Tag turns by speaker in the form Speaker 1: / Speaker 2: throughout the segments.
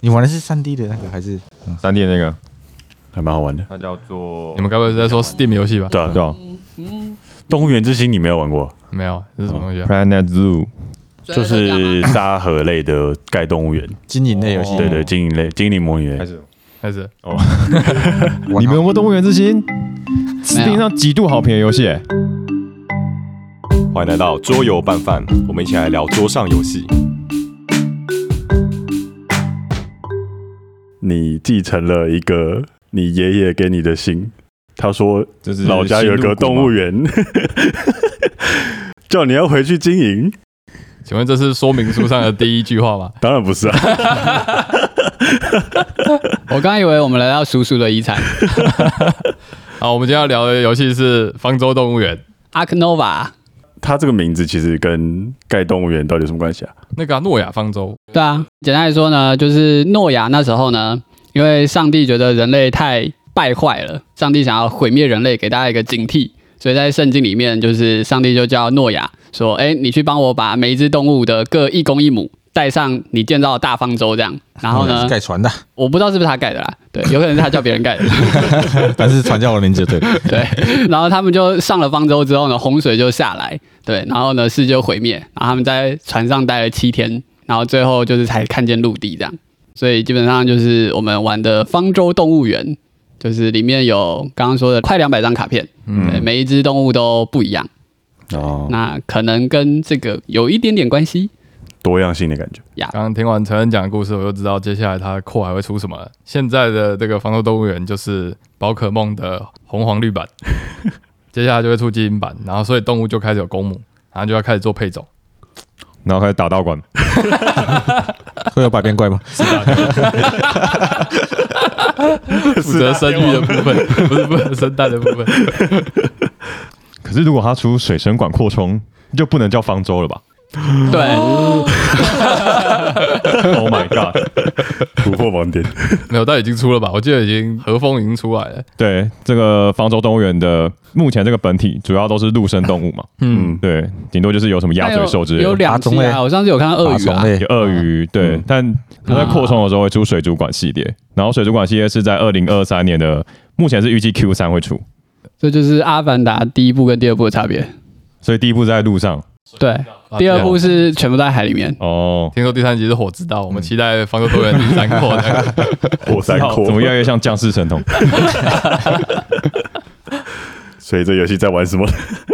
Speaker 1: 你玩的是三 D 的那个还是？
Speaker 2: 三 D 那个，
Speaker 3: 还蛮好玩的。
Speaker 2: 它叫做
Speaker 4: 你们该不会是在说 Steam 游戏吧？
Speaker 3: 对啊，
Speaker 2: 对啊
Speaker 3: 《动物园之星》你没有玩过？
Speaker 4: 没有，这是什么东西啊？
Speaker 2: Planet Zoo，
Speaker 3: 就是沙河类的盖动物园，
Speaker 1: 经营类游戏
Speaker 2: 哦，
Speaker 3: 对对，精灵类、精灵模拟
Speaker 2: 开
Speaker 3: 园。
Speaker 2: 始。
Speaker 4: 开始，
Speaker 1: 玩
Speaker 2: 你们
Speaker 1: 好
Speaker 2: 有没有《动物园之心》？Steam 上极度好评的游戏、欸，
Speaker 5: 欢迎来到桌游拌饭，我们一起来聊桌上游戏。
Speaker 3: 你继承了一个你爷爷给你的心，他说
Speaker 2: 就是
Speaker 3: 老家有个动物
Speaker 2: 园，
Speaker 3: 园， 叫你要回去经营。
Speaker 4: 请问这是说明书上的第一句话吗？
Speaker 3: 当然不是啊，
Speaker 6: 我刚以为我们来到叔叔的遗产
Speaker 4: 好，我们今天要聊的游戏是《方舟动物园》。
Speaker 6: Ark Nova，
Speaker 3: 他这个名字其实跟盖动物园到底有什么关系啊？
Speaker 4: 那个啊诺、亚方舟，
Speaker 6: 对啊，简单来说呢，就是诺亚那时候呢，因为上帝觉得人类太败坏了，上帝想要毁灭人类，给大家一个警惕。所以在圣经里面，就是上帝就叫诺亚说：“哎，你去帮我把每一只动物的各一公一母带上你建造的大方舟，这样。”然后
Speaker 1: 嗯是
Speaker 6: 呢，
Speaker 1: 盖船的，
Speaker 6: 我不知道是不是他盖的啦，对，有可能是他叫别人 盖的。
Speaker 1: 但是传教我名字对，
Speaker 6: 对，然后他们就上了方舟之后呢，洪水就下来，对，然后呢世界就毁灭，然后他们在船上待了七天，然后最后就是才看见陆地这样，所以基本上就是我们玩的方舟动物园，就是里面有刚刚说的快两百张卡片，对，每一只动物都不一样，
Speaker 3: 哦，
Speaker 6: 那可能跟这个有一点点关系。
Speaker 3: 多样性的 感觉。
Speaker 4: 刚刚听完陈恩讲的故事，我就知道接下来他扩还会出什么了。现在的这个方舟动物园就是宝可梦的红黄绿版， 接下来就会出基因版，然后所以动物就开始有公母，然后就要开始做配种。
Speaker 2: 然后开始打道馆，
Speaker 1: 会有百变怪吗？
Speaker 4: 负
Speaker 3: 啊
Speaker 4: 责生育的部分，不是负责生蛋的部分。
Speaker 2: 可是如果它出水神馆扩充，就不能叫方舟了吧嗯
Speaker 6: 对，
Speaker 2: 哦？Oh my god！
Speaker 3: 突破盲点，
Speaker 4: 没有，但已经出了吧？我记得已经和风已经出来了。
Speaker 2: 对，这个方舟动物园的目前这个本体主要都是陆生动物嘛，
Speaker 4: 嗯，
Speaker 3: 嗯，
Speaker 2: 对，顶多就是有什么鸭嘴兽之类
Speaker 6: 有
Speaker 2: 的，
Speaker 6: 两只
Speaker 1: 爬虫类
Speaker 6: 啊，我上次有看到鳄
Speaker 1: 爬
Speaker 6: 鱼
Speaker 1: 虫
Speaker 6: 啊，
Speaker 1: 类
Speaker 2: 有鳄鱼，
Speaker 1: 哦
Speaker 2: 对
Speaker 3: 嗯，
Speaker 2: 但它在扩充的时候会出水族馆系
Speaker 1: 啊
Speaker 2: 列，然后水族馆系列是在二零二三年的，目前是预计 Q 三会出，
Speaker 6: 这就是《阿凡达》第一部跟第二部的差别。
Speaker 2: 所以第一部是在路上
Speaker 6: 对，第二部是全部都在海里面。
Speaker 2: 哦。
Speaker 4: 听说第三集是火之道，我们期待方舟动物园第三扩的。
Speaker 3: 火山
Speaker 4: 啊
Speaker 2: 好
Speaker 3: 口
Speaker 2: 怎么 越来越像降世 神童？
Speaker 3: 所以这游戏在玩什么？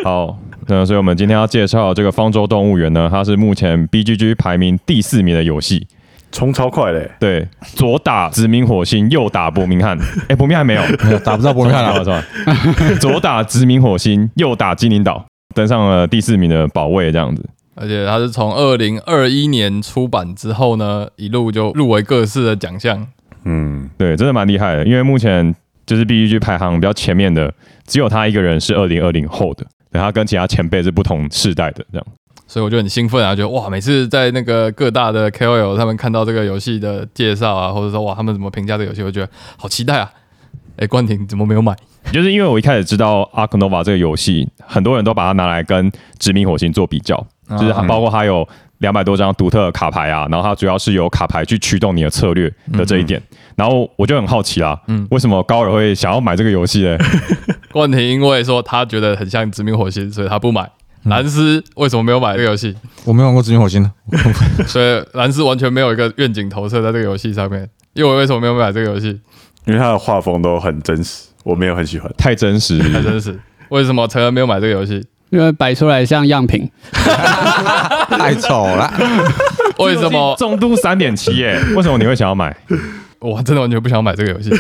Speaker 2: 好，那所以我们今天要介绍这个方舟动物园呢，它是目前 BGG 排名第四名的游戏。
Speaker 3: 冲超快嘞、
Speaker 2: 对，左打殖民火星，右打伯明翰。哎、伯明翰没有，
Speaker 1: 没有打不到伯明 翰啊
Speaker 2: 了
Speaker 1: 了，
Speaker 2: 是吧？ 左打殖民火星，右打精灵岛，登上了第四名的宝位，这样子。
Speaker 4: 而且它是从二零二一年出版之后呢，一路就入围各式的奖项。
Speaker 3: 嗯，
Speaker 2: 对，真的蛮厉害的，因为目前就是 BGG 排行比较前面的，只有他一个人是二零二零后的，对他跟其他前辈是不同世代的这样。
Speaker 4: 所以我就很兴奋啊，觉得哇，每次在那个各大的 KOL 他们看到这个游戏的介绍啊，或者说哇他们怎么评价这个游戏，我觉得好期待啊！哎，关婷怎么没有买？
Speaker 2: 就是因为我一开始知道 Ark Nova 这个游戏，很多人都把它拿来跟殖民火星做比较，
Speaker 4: 啊
Speaker 2: 就是
Speaker 4: 嗯
Speaker 2: 它包括它有两百多张独特的卡牌啊，然后它主要是由卡牌去驱动你的策略的这一点。然后我就很好奇啦，
Speaker 4: 嗯
Speaker 2: 为什么高尔会想要买这个游 戏呢？
Speaker 4: 关婷因为说她觉得很像殖民火星，所以她不买。蓝斯为什么没有买这个游戏？
Speaker 1: 我没玩过《紫金火 星》
Speaker 4: 所以蓝斯完全没有一个愿景投射在这个游戏上面。因为我为什么没有买这个游戏？
Speaker 3: 因为它的画风都很真实，我没有很喜欢。
Speaker 2: 太真实
Speaker 4: 还真是为什么陈恩没有买这个游 戏？
Speaker 6: 因为摆出来像样品，
Speaker 1: 太丑了，
Speaker 4: 为什么
Speaker 2: 重度三点七耶？为什么你会想要买？
Speaker 4: 我真的完全不想买这个游 戏？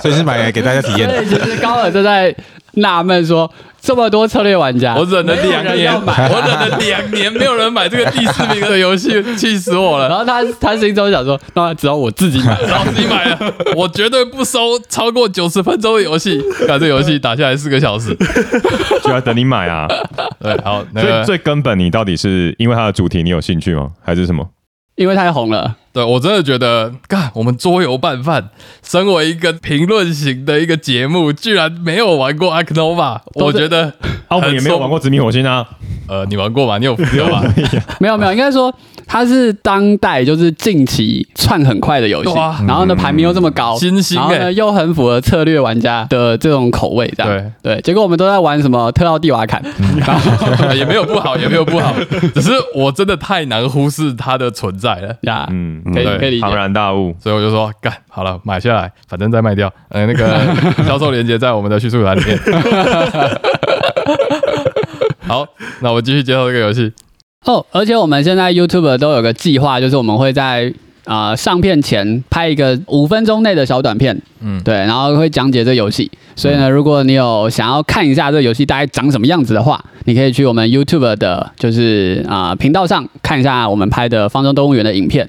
Speaker 1: 所以是买来给大家体验的。
Speaker 6: 对，其实高尔正在纳闷说，这么多策略玩家，
Speaker 4: 我忍了两
Speaker 6: 没有人要
Speaker 4: 年，
Speaker 6: 买
Speaker 4: 我忍了两年，没有人买这个第四名的游戏，气死我了
Speaker 6: 然。后他他心中想说，那只要我自己买，
Speaker 4: 然后自己买了，我绝对不收超过九十分钟的游戏。看这游戏打下来四个小时，
Speaker 2: 就要等你买啊！
Speaker 4: 对，好，那
Speaker 2: 所以
Speaker 4: 个，
Speaker 2: 最根本，你到底是因为它的主题你有兴趣吗？还是什么？
Speaker 6: 因为太红了。
Speaker 4: 对我真的觉得，干，我们桌游拌饭，身为一个评论型的一个节目，居然没有玩过 a k n o v a 我觉得，
Speaker 2: 啊，我们也没有玩过殖民火星啊，
Speaker 4: 呃，你玩过吗？你有福了吧？
Speaker 6: 没有没有，应该说它是当代就是近期窜很快的游戏
Speaker 4: 哇，
Speaker 6: 然后呢排名又这么高，
Speaker 4: 新兴
Speaker 6: 然后
Speaker 4: 哎、
Speaker 6: 呢又很符合策略玩家的这种口味，这样
Speaker 4: 对，嗯
Speaker 6: 对，结果我们都在玩什么特奥蒂瓦坎，
Speaker 4: 也没有不好，也没有不好，只是我真的太难忽视它的存在了。
Speaker 6: 呀，
Speaker 2: 嗯，
Speaker 6: 可以
Speaker 4: 对
Speaker 6: 可以理
Speaker 2: 庞
Speaker 6: 解，
Speaker 2: 然大物，
Speaker 4: 所以我就说干好了，买下来，反正再卖掉。呃，那个销售链接在我们的叙述栏里面。 好，那我继续介绍这个游戏。
Speaker 6: 哦，而且我们现在 YouTube 都有个计划，就是我们会在啊上片前拍一个五分钟内的小短片，
Speaker 4: 嗯，
Speaker 6: 对，然后会讲解这游戏。所以呢，
Speaker 2: 嗯
Speaker 6: 如果你有想要看一下这游戏大概长什么样子的话，你可以去我们 YouTube 的，就是啊、频道上看一下我们拍的《方舟动物园》的影片。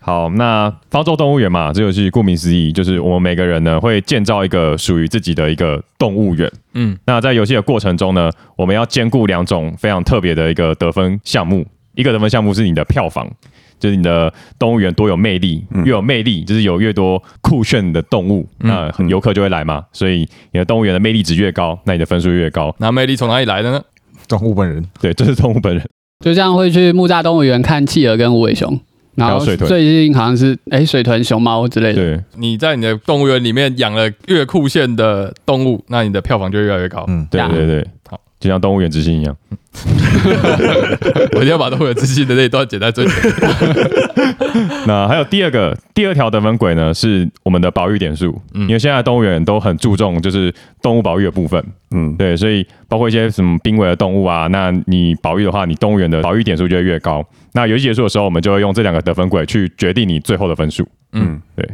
Speaker 2: 好，那方舟动物园嘛，这游戏顾名思义，就是我们每个人呢会建造一个属于自己的一个动物园。
Speaker 4: 嗯，
Speaker 2: 那在游戏的过程中呢，我们要兼顾两种非常特别的一个得分项目，一个得分项目是你的票房，就是你的动物园多有魅力，
Speaker 3: 嗯
Speaker 2: 越有魅力就是有越多酷炫的动物，
Speaker 4: 嗯
Speaker 2: 那游客就会来嘛，所以你的动物园的魅力值越高，那你的分数越高。
Speaker 4: 那魅力从哪里来的呢？
Speaker 1: 动物本人
Speaker 2: 对，这是动物本人，
Speaker 6: 就这样会去木栅动物园看企鹅跟无尾熊，然
Speaker 2: 还
Speaker 6: 后
Speaker 2: 有水豚
Speaker 6: 最近好像是哎水豚、熊猫之类的。
Speaker 2: 对
Speaker 4: 你在你的动物园里面养了越酷炫的动物，那你的票房就越来越高。
Speaker 1: 嗯，
Speaker 2: 对
Speaker 6: 呀
Speaker 2: 对对，
Speaker 4: 好，
Speaker 2: 就像动物园之星一样。
Speaker 4: 我一定要把动物园之心的那一段剪在最前面。
Speaker 2: 那还有第二个第二条得分轨呢，是我们的保育点数，
Speaker 4: 嗯
Speaker 2: 因为现在动物园都很注重就是动物保育的部分，
Speaker 3: 嗯，
Speaker 2: 对，所以包括一些什么濒危的动物啊，那你保育的话，你动物园的保育点数就会越高。那游戏结束的时候，我们就会用这两个得分轨去决定你最后的分数。
Speaker 4: 嗯
Speaker 2: 嗯，对，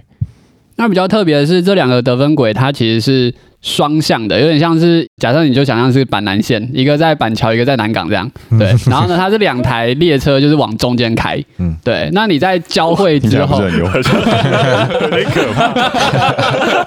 Speaker 6: 那比较特别的是，这两个得分轨它其实是双向的，有点像是假设你就想象是板南线，一个在板桥，一个在南港这样。
Speaker 2: 嗯
Speaker 6: 对，然后呢，它是两台列车就是往中间开。嗯
Speaker 1: 嗯，
Speaker 6: 对。那你在交汇
Speaker 2: 听起
Speaker 6: 之
Speaker 2: 来不
Speaker 6: 后
Speaker 2: 是，很优。
Speaker 3: 很 可怕。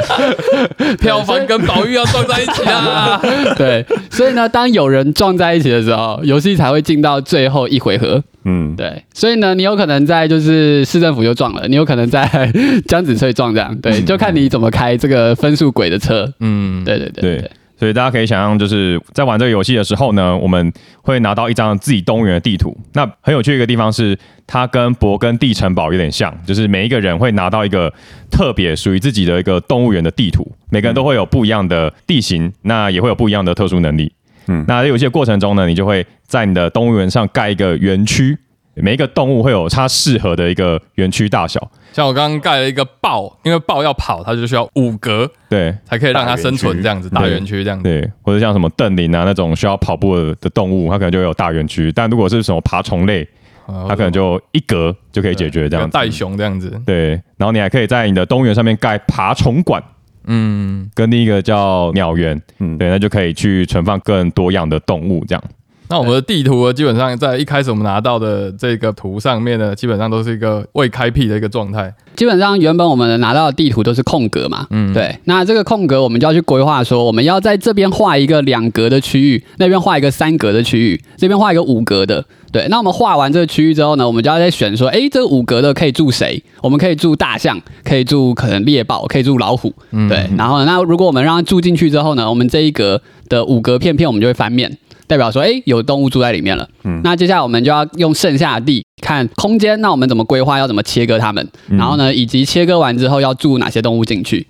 Speaker 4: 票房跟保育要撞在一起啊！
Speaker 6: 对，所以呢，当有人撞在一起的时候，游戏才会进到最后一回合。
Speaker 3: 嗯，
Speaker 6: 对，所以呢，你有可能在就是市政府就撞了，你有可能在 江子翠撞这样。对，就看你怎么开这个分数轨的车。
Speaker 4: 嗯，
Speaker 6: 对对对
Speaker 2: 对所以大家可以想象，就是在玩这个游戏的时候呢，我们会拿到一张自己动物园的地图。那很有趣的一个地方是，它跟勃艮第城堡有点像，就是每一个人会拿到一个特别属于自己的一个动物园的地图，每个人都会有不一样的地形，那也会有不一样的特殊能力。
Speaker 3: 嗯
Speaker 2: 嗯，那在游戏的过程中呢，你就会在你的动物园上盖一个园区，每一个动物会有它适合的一个园区大小。
Speaker 4: 像我刚刚盖了一个豹，因为豹要跑，它就需要五格
Speaker 2: 对，
Speaker 4: 才可以让它生存，这样子大
Speaker 2: 大
Speaker 4: 园
Speaker 2: 园
Speaker 4: 区这样子。
Speaker 2: 对，或者像什么邓林啊那种需要跑步的的动物，它可能就会有大园区。但如果是什么爬虫类，
Speaker 4: 它
Speaker 2: 它可能就一格就可以解决这样子。
Speaker 4: 带熊这样子。
Speaker 2: 对，然后你还可以在你的动物园上面盖爬虫馆，
Speaker 4: 嗯，
Speaker 2: 跟另一个叫鸟园，
Speaker 3: 嗯，
Speaker 2: 对，那就可以去存放更多样的动物这样。
Speaker 4: 那我们的地图呢，基本上在一开始我们拿到的这个图上面呢，基本上都是一个未开辟的一个状态。
Speaker 6: 基本上原本我们拿到的地图都是空格嘛，
Speaker 4: 嗯，，
Speaker 6: 对，那这个空格我们就要去规划，说我们要在这边画一个两格的区域，那边画一个三格的区域，这边画一个五格的。对，那我们画完这个区域之后呢，我们就要再选说，诶，这五格的可以住谁？我们可以住大象，可以住可能猎豹，可以住老虎。
Speaker 4: 嗯
Speaker 6: 对，然后呢那如果我们让它住进去之后呢，我们这一格的五格片片我们就会翻面，代表说，诶，有动物住在里面了。
Speaker 2: 嗯
Speaker 6: 那接下来我们就要用剩下的地看空间，那我们怎么规划，要怎么切割它们，
Speaker 2: 嗯
Speaker 6: 然后呢，以及切割完之后要住哪些动物进去。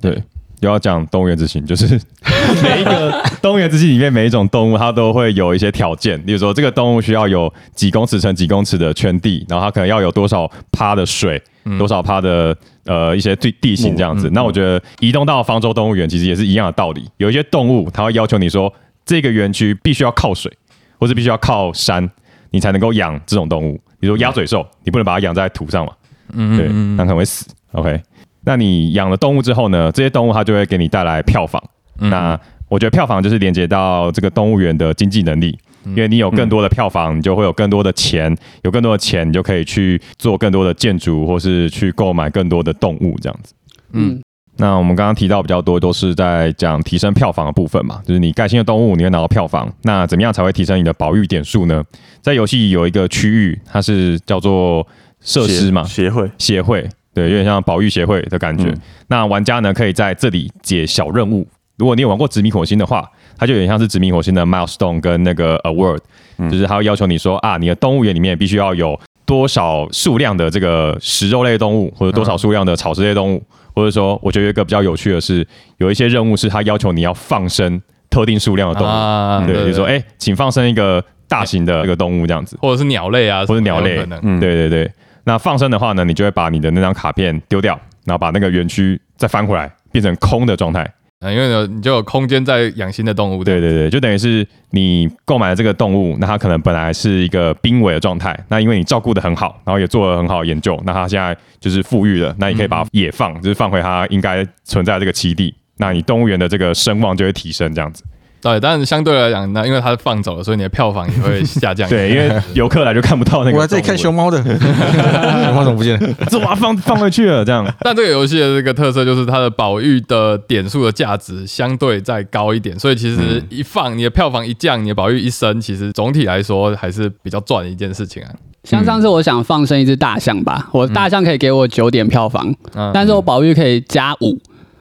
Speaker 2: 对，又要讲动物园之星，就是 每一个动物园之星里面每一种动物，它都会有一些条件，例如说这个动物需要有几公尺乘几公尺的圈地，然后它可能要有多少趴的水，多少趴的呃一些地地形这样子。那我觉得移动到方舟动物园其实也是一样的道理，有一些动物它会要求你说这个园区必须要靠水，或是必须要靠山，你才能够养这种动物。比如说鸭嘴兽，你不能把它养在土上嘛，
Speaker 4: 嗯
Speaker 2: 对，那可能会死。OK，那你养了动物之后呢，这些动物它就会给你带来票房。
Speaker 4: 嗯
Speaker 2: 那我觉得票房就是连接到这个动物园的经济能力，
Speaker 4: 嗯
Speaker 2: 因为你有更多的票房，你就会有更多的钱，有更多的钱，你就可以去做更多的建筑，或是去购买更多的动物这样子。
Speaker 6: 嗯，
Speaker 2: 那我们刚刚提到比较多都是在讲提升票房的部分嘛，就是你盖新的动物，你会拿到票房。那怎么样才会提升你的保育点数呢？在游戏有一个区域，它是叫做设施嘛，
Speaker 3: 协会，
Speaker 2: 协嗯会，对，有点像保育协会的感觉。
Speaker 3: 嗯
Speaker 2: 那玩家呢可以在这里解小任务。如果你有玩过殖民火星的话，它就有点像是殖民火星的 milestone 跟那个 award，、就是它会要求你说啊，你的动物园里面必须要有多少数量的这个食肉类动物，或者多少数量的草食类动物，或者说，我觉得有一个比较有趣的是，有一些任务是它要求你要放生特定数量的动物，
Speaker 4: 啊
Speaker 2: 对，比如说哎、请放生一个大型的一个动物这样子。
Speaker 4: 或者是鸟类啊，
Speaker 2: 或是鸟类
Speaker 4: 有可能
Speaker 3: 嗯
Speaker 2: 对对对，那放生的话呢，你就会把你的那张卡片丢掉，然后把那个园区再翻回来，变成空的状态。
Speaker 4: 啊因为呢，你就有空间在养新的动物。
Speaker 2: 对，对对，就等于是你购买了这个动物，那它可能本来是一个濒危的状态，那因为你照顾的很好，然后也做了很好的研究，那它现在就是富裕了，那你可以把它野放，就是放回它应该存在的这个栖地，那你动物园的这个声望就会提升，这样子。
Speaker 4: 对，但是相对来讲，那因为它放走了，所以你的票房也会下 降。
Speaker 2: 对，因为游客来就看不到那个。
Speaker 1: 我来这里看熊，猫的，嗯 熊猫怎么不见了？
Speaker 2: 这把它放放回去了，这样。
Speaker 4: 但这个游戏的这个特色就是它的保育的点数的价值相对再高一点，所以其
Speaker 2: 嗯
Speaker 4: 实一放你的票房一降，你的保育一升，其实总体来说还是比较赚的一件事情啊。
Speaker 6: 像上次我想放生一只大象吧，我
Speaker 2: 嗯
Speaker 6: 大象可以给我九点票房，
Speaker 2: 啊
Speaker 4: 嗯
Speaker 6: 但是我保育可以加五。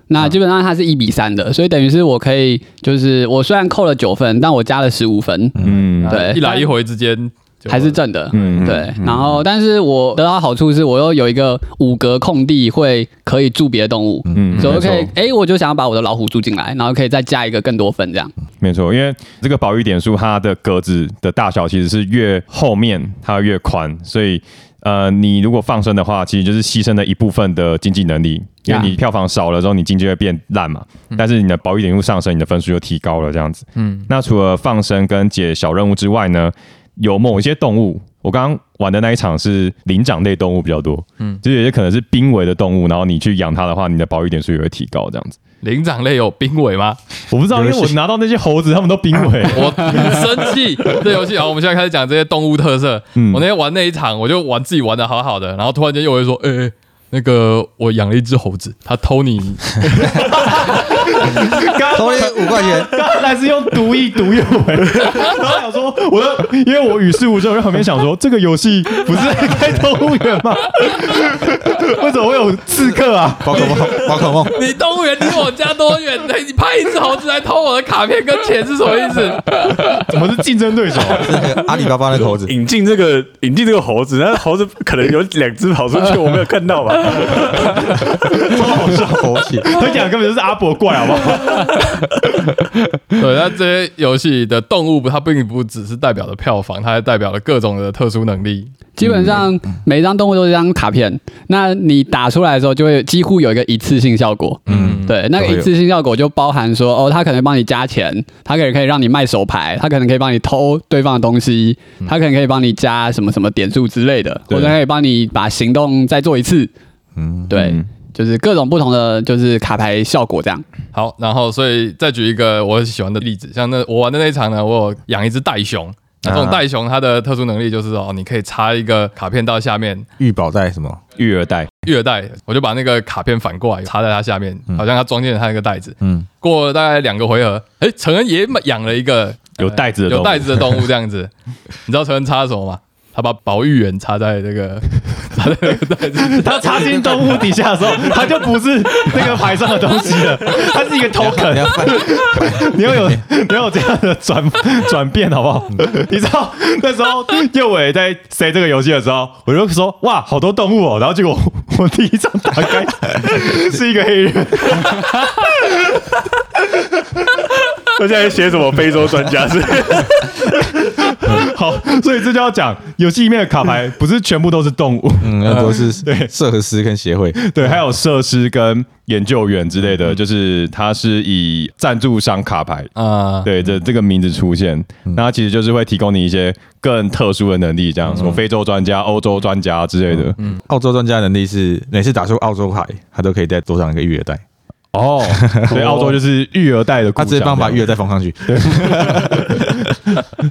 Speaker 6: 那基本上它是一比三的，所以等于是我可以，就是我虽然扣了九分，但我加了十五分，
Speaker 2: 嗯，
Speaker 6: 对
Speaker 4: 一来一回之间就
Speaker 6: 还是挣的。
Speaker 2: 嗯，
Speaker 6: 对，然后但是我得到好处是我又有一个五格空地，会可以住别的动物，
Speaker 2: 嗯，
Speaker 6: 所以我
Speaker 2: 没错
Speaker 6: 可以，哎，我就想要把我的老虎住进来，然后可以再加一个更多分这样。
Speaker 2: 没错，因为这个保育点数它的格子的大小其实是越后面它越宽，所以呃，你如果放生的话，其实就是牺牲了一部分的经济能力，因为
Speaker 6: 呀
Speaker 2: 你票房少了之后，你经济会变烂嘛。但是你的保育点数上升，你的分数就提高了，这样子。
Speaker 4: 嗯，
Speaker 2: 那除了放生跟解小任务之外呢，有某一些动物，我刚刚玩的那一场是灵长类动物比较多，嗯
Speaker 4: 嗯，
Speaker 2: 就是有些可能是濒危的动物，然后你去养它的话，你的保育点数也会提高，这样子。
Speaker 4: 灵长类有濒危吗？
Speaker 2: 我不知道，因
Speaker 1: 有一
Speaker 2: 为
Speaker 1: 些
Speaker 2: 我拿到那些猴子，他们都濒 危。
Speaker 4: 我很生气。这游戏好，我们现在开始讲这些动物特色。
Speaker 2: 嗯
Speaker 4: 我那天玩那一场，我就玩自己玩的好好的，然后突然间又会说，哎、欸那个我养了一只猴子，它偷你，
Speaker 2: 刚
Speaker 1: 投你五块钱，
Speaker 2: 刚 刚来是用毒一毒右哎，然后想说，我就因为我与世无争，我在旁边想说，这个游戏不是在开动物园吗？为什么会有刺客啊？
Speaker 1: 宝可梦， 宝可梦，
Speaker 4: 你动物园离我家多远？你你派一只猴子来偷我的卡片跟钱是什么意思？
Speaker 2: 怎么是竞争对手啊？
Speaker 1: 是那个阿里巴巴那个猴 子，
Speaker 3: 引进这个引进这个猴子，那猴子可能有两只跑出去，我没有看到吧？
Speaker 2: 哦
Speaker 1: 超好笑，猴子。
Speaker 2: 他讲根本就是阿伯怪，好不好？
Speaker 4: 对，那这些游戏的动物，它并不只是代表了票房，它还代表了各种的特殊能力。
Speaker 6: 基本上每一张动物都是一张卡片，那你打出来的时候就会几乎有一个一次性效果。
Speaker 1: 嗯，
Speaker 6: 对，那个
Speaker 1: 都会有
Speaker 6: 一次性效果就包含说，哦，他可能帮你加钱，他可能可以让你卖手牌，他可能可以帮你偷对方的东西，他可能可以帮你加什么什么点数之类的，
Speaker 2: 对
Speaker 6: 或者可以帮你把行动再做一次。
Speaker 1: 嗯
Speaker 6: 嗯，对，就是各种不同的就是卡牌效果这样。
Speaker 4: 好，然后所以再举一个我喜欢的例子，像那我玩的那一场呢，我有养一只袋熊。那这种袋熊它的特殊能力就是哦，你可以插一个卡片到下面
Speaker 1: 玉宝袋什么？
Speaker 2: 育儿袋，
Speaker 4: 月袋，我就把那个卡片反过来插在它下面，
Speaker 2: 嗯
Speaker 4: 好像它装进了它那个袋子。
Speaker 1: 嗯，
Speaker 4: 过了大概两个回合，哎、陈恩也养了一个
Speaker 2: 嗯有袋子的动物
Speaker 4: 有袋子的动物这样 子。你知道陈恩插什么吗？他把保育员插在那个插在那个袋子 里。
Speaker 2: 他插进动物底下的时 候，他就不是那个牌上的东西了，它是一个
Speaker 1: 你
Speaker 2: token。
Speaker 1: 要翻
Speaker 2: 你要有你要有这样的转转变，好不好？你知道那时候右伟在 say 这个游戏的时候，我就说哇，好多动物哦。然后结果我我第一张打开是一个黑人，
Speaker 3: 他现在写什么非洲专 家是？
Speaker 2: 好，所以这就要讲游戏里面的卡牌不是全部都是动物，
Speaker 1: 嗯，那都 是社和师跟协会，
Speaker 2: 对，还有设施跟研究员之类
Speaker 1: 嗯
Speaker 2: 的，就是它是以赞助商卡牌
Speaker 4: 啊、
Speaker 2: 对这这个名字出现，
Speaker 1: 嗯
Speaker 2: 那它其实就是会提供你一些更特殊的能力，
Speaker 1: 嗯
Speaker 2: 这样什么非洲专家、欧洲专家之类的。
Speaker 1: 澳洲专家能力是每次打出澳洲牌，他都可以再多上一个育儿袋，
Speaker 2: 哦，所以澳洲就是育儿袋的故
Speaker 1: 他
Speaker 2: 乡。
Speaker 1: 直接帮把育儿袋放上去。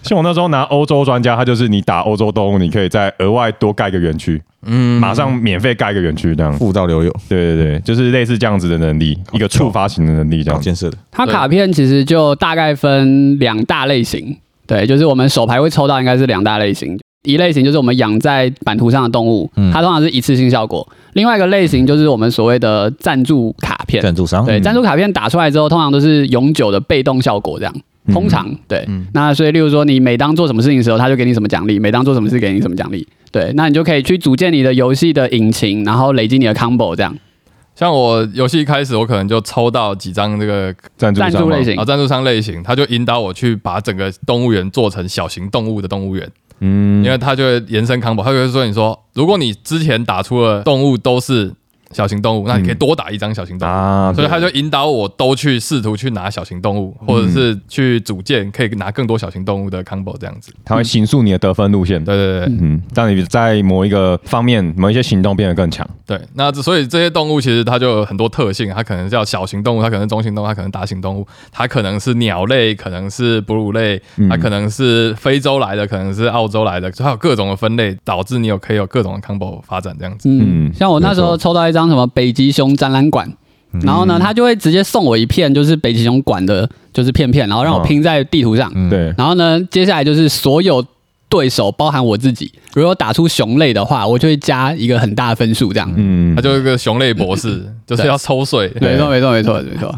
Speaker 2: 像我那时候拿欧洲专家，他就是你打欧洲动物，你可以再额外多盖一个园区，
Speaker 4: 嗯，
Speaker 2: 马上免费盖一个园区这样。
Speaker 1: 富到流有
Speaker 2: 对对对，就是类似这样子的能力，一个触发型的能力这
Speaker 1: 搞
Speaker 2: 样。
Speaker 1: 建设的，
Speaker 6: 它卡片其实就大概分两大类型，对，就是我们手牌会抽到应该是两大类型，一类型就是我们养在版图上的动物
Speaker 1: 嗯，
Speaker 6: 它通常是一次性效果；另外一个类型就是我们所谓的赞助卡片。
Speaker 1: 赞助嗯商，
Speaker 6: 对，赞助卡片打出来之后，通常都是永久的被动效果，这样。
Speaker 1: 嗯
Speaker 6: 通常对，那所以例如说，你每当做什么事情的时候，他就给你什么奖励；每当做什么事给你什么奖励。对，那你就可以去组建你的游戏的引擎，然后累积你的 combo 这样。
Speaker 4: 像我游戏一开始，我可能就抽到几张这个
Speaker 2: 赞助
Speaker 6: 赞
Speaker 2: 商
Speaker 6: 助
Speaker 2: 吗
Speaker 6: 类型
Speaker 4: 啊，赞助商类型，他就引导我去把整个动物园做成小型动物的动物园，
Speaker 2: 嗯
Speaker 4: 因为他就会延伸 combo，他就会说你说，如果你之前打出的动物都是小型动物，那你可以多打一张小型动
Speaker 2: 嗯
Speaker 4: 物。
Speaker 2: 啊，
Speaker 4: 所以
Speaker 2: 对
Speaker 4: 他就引导我都去试图去拿小型动物，或者是
Speaker 2: 嗯
Speaker 4: 去组建可以拿更多小型动物的 combo 这样子。
Speaker 2: 他会形塑你的得分路线，
Speaker 4: 对对对
Speaker 2: 嗯，让你在某一个方面、某一些行动变得更强。
Speaker 4: 对，那之所以这些动物其实它就有很多特性，它可能叫小型动物，它可能是中型动物，它可能是大型动物，它可能是鸟类，可能是哺乳类，它可能是非洲来的，可能是澳洲来的，所以它有各种的分类，导致你有可以有各种的 combo 发展这样子。
Speaker 2: 嗯
Speaker 6: 嗯，像我那时
Speaker 2: 没
Speaker 6: 候抽到一张什么北极熊展览馆，然后呢，他就会直接送我一片就是北极熊馆的，就是片片，然后让我拼在地图上。
Speaker 1: 嗯
Speaker 2: 对，
Speaker 6: 然后呢，接下来就是所有对手，包含我自己，如果打出熊类的话，我就会加一个很大的分数，这样。
Speaker 2: 嗯
Speaker 4: 它，就是个熊类博士，就是要抽水。
Speaker 6: 没错，没错，没错，没错。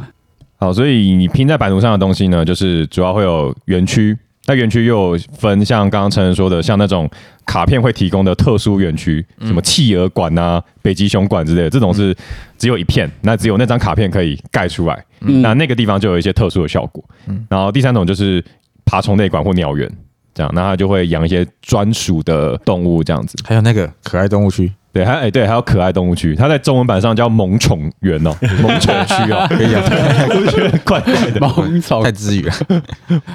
Speaker 2: 好，所以你拼在版图上的东西呢，就是主要会有园区，那园区又有分，像刚刚陈仁说的，像那种卡片会提供的特殊园区，什么
Speaker 6: 嗯
Speaker 2: 企鹅馆啊、北极熊馆之类的，这种是只有一片，那只有那张卡片可以盖出来，
Speaker 6: 嗯
Speaker 2: 那那个地方就有一些特殊的效果。然后第三种就是爬虫类馆或鸟园。这样，那它就会养一些专属的动物，这样子。
Speaker 1: 还有那个可爱动物区，
Speaker 2: 对，还哎、对，还有可爱动物区，它在中文版上叫萌宠园 哦，萌宠区哦，
Speaker 1: 可 以养啊
Speaker 2: 我觉得怪怪 的。
Speaker 6: 萌宠
Speaker 1: 太。啊资源，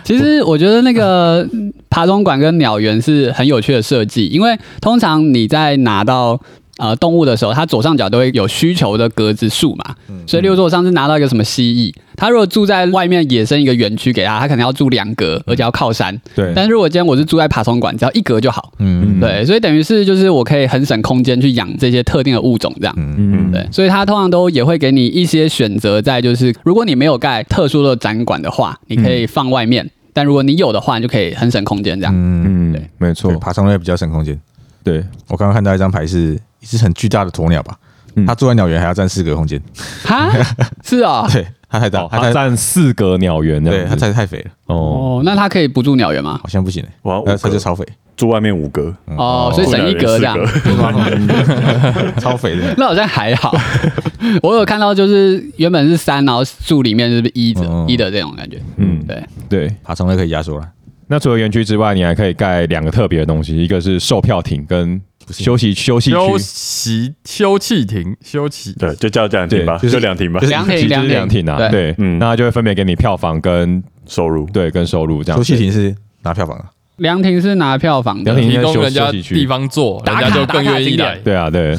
Speaker 6: 其实我觉得那个爬虫馆跟鸟园是很有趣的设计，因为通常你在拿到。呃，动物的时候，它左上角都会有需求的格子数嘛，所以，例如说，我上次拿到一个什么蜥蜴，它如果住在外面野生一个园区给它，它可能要住两格，而且要靠山。
Speaker 2: 对，
Speaker 6: 但是如果今天我是住在爬虫馆，只要一格就好。
Speaker 1: 嗯，
Speaker 6: 对，所以等于是就是我可以很省空间去养这些特定的物种这样。
Speaker 2: 嗯，
Speaker 6: 对，所以它通常都也会给你一些选择，在就是如果你没有盖特殊的展馆的话，你可以放外面；但如果你有的话，你就可以很省空间这样。
Speaker 1: 嗯，
Speaker 2: 嗯
Speaker 6: 对，
Speaker 2: 没
Speaker 1: 对
Speaker 2: 错，
Speaker 1: 爬虫类比较省空间。
Speaker 2: 对，
Speaker 1: 我刚刚看到一张牌是一只很巨大的鸵鸟吧
Speaker 2: 嗯，
Speaker 1: 它住在鸟园还要占四个空 间，
Speaker 6: 哈， 是 哦，
Speaker 1: 对，它太大
Speaker 2: 哦，，
Speaker 1: 它
Speaker 2: 它
Speaker 1: 太
Speaker 2: 占四个鸟园这
Speaker 1: 对它
Speaker 2: 样子，
Speaker 1: 太太嗯肥了，
Speaker 2: 哦，
Speaker 6: 哦，那它可以不住鸟园吗？
Speaker 1: 好像不行欸
Speaker 3: 哇，五
Speaker 1: 那它就
Speaker 3: 格
Speaker 1: 超肥，
Speaker 3: 住外面五格，
Speaker 6: 哦，所以省一格这样
Speaker 3: 住。两人四格
Speaker 1: 超肥的。
Speaker 6: 那好像还好， 我有看到就是原本是三，然后住里面就是一的
Speaker 1: 哦
Speaker 6: 一的这种感觉。
Speaker 2: 嗯，
Speaker 6: 对，
Speaker 2: 对。
Speaker 1: 爬虫类可以压缩了，
Speaker 2: 那除了园区之外，你还可以盖两个特别的东西，一个是售票亭跟休息休息
Speaker 4: 休
Speaker 2: 区，
Speaker 4: 息休憩亭休憩，
Speaker 3: 对，就叫这两亭吧，
Speaker 1: 对就是
Speaker 3: 就两亭吧
Speaker 1: 就，是
Speaker 6: 凉
Speaker 2: 其实
Speaker 6: 亭，
Speaker 2: 就是
Speaker 6: 凉
Speaker 2: 两亭啊，
Speaker 6: 对，
Speaker 2: 对，
Speaker 3: 嗯
Speaker 2: 那它就会分别给你票房跟
Speaker 3: 收入
Speaker 2: 对跟收入这样
Speaker 1: 休。息亭是拿票房的，啊
Speaker 6: 凉亭是拿票房
Speaker 2: 凉
Speaker 6: 的。
Speaker 2: 亭应
Speaker 4: 提
Speaker 2: 该
Speaker 4: 供
Speaker 2: 休
Speaker 4: 人家
Speaker 2: 休息
Speaker 4: 地
Speaker 2: 区，
Speaker 4: 方坐，人
Speaker 6: 打
Speaker 4: 家
Speaker 6: 卡
Speaker 4: 就更愿意
Speaker 6: 打卡
Speaker 4: 来
Speaker 6: 景。
Speaker 2: 对啊，对，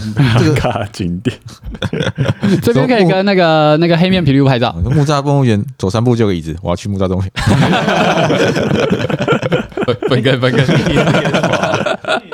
Speaker 3: 卡景点，
Speaker 6: 这边可以跟那个那个黑面琵鹭拍照。
Speaker 1: 我说哦木栅动物园走三步就有个椅子，我要去木栅动物园。
Speaker 4: 分开分开，